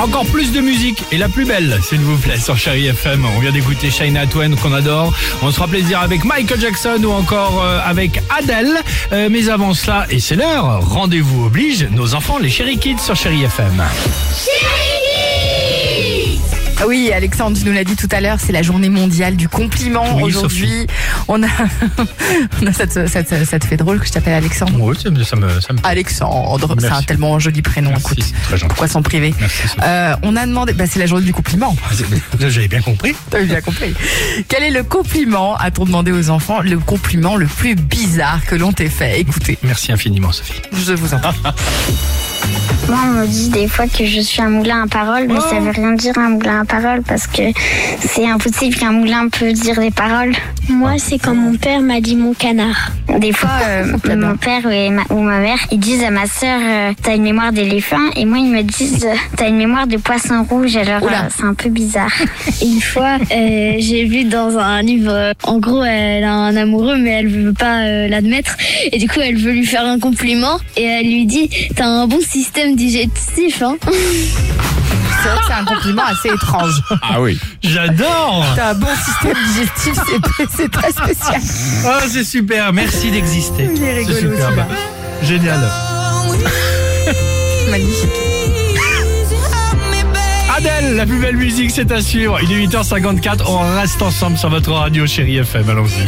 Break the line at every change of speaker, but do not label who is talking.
encore plus de musique et la plus belle, s'il vous plaît, sur Chéri FM. On vient d'écouter Shina Twain qu'on adore. On se fera plaisir avec Michael Jackson ou encore euh, avec Adele. Euh, mais avant cela, et c'est l'heure, rendez-vous oblige, nos enfants, les Chéri Kids sur Chéri FM.
Ah Oui, Alexandre, tu nous l'as dit tout à l'heure, c'est la journée mondiale du compliment.
Oui,
Aujourd'hui,
Sophie.
on a, on a- ça, te, ça te- ça te fait drôle que je t'appelle Alexandre.
Ouais, ça me, ça me, ça me plaît.
Alexandre, c'est
Merci.
un tellement joli prénom.
Merci,
écoute,
c'est très gentil.
pourquoi s'en priver
Merci, Sophie.
Euh, On a demandé, bah, c'est la journée du compliment.
Ah, Là, J'avais bien compris.
T'as bien compris. Quel est le compliment a-t-on demandé aux enfants Le compliment le plus bizarre que l'on t'ait fait. Écoutez,
Merci infiniment, Sophie.
je vous en prie.
Moi, on me dit des fois que je suis un moulin à paroles, mais ça veut rien dire un moulin à paroles parce que c'est impossible qu'un moulin peut dire des paroles.
Moi, c'est quand mon père m'a dit mon canard.
Des fois, euh,
J'adore.
mon père et ma- ou ma mère, ils disent à ma sœur, euh, t'as une mémoire d'éléphant, et moi, ils me disent, euh, t'as une mémoire de poisson rouge, alors
Oula.
euh, c'est un peu bizarre.
Une fois, euh, j'ai lu dans un livre, euh, en gros, elle a un amoureux, mais elle veut pas euh, l'admettre. Et du coup, elle veut lui faire un compliment. Et elle lui dit, t'as un bon système digestif, hein.
C'est vrai que c'est un compliment assez étrange.
Ah oui.
J'adore
T'as un bon système digestif, c'est- c'est très spécial.
Oh, c'est super, merci d'exister.
Il est
C'est
rigolo,
superbe. Génial.
Magnifique.
Adèle, la plus belle musique, c'est à suivre. Il est 8h54, on reste ensemble sur votre radio, chérie FM. Allons-y.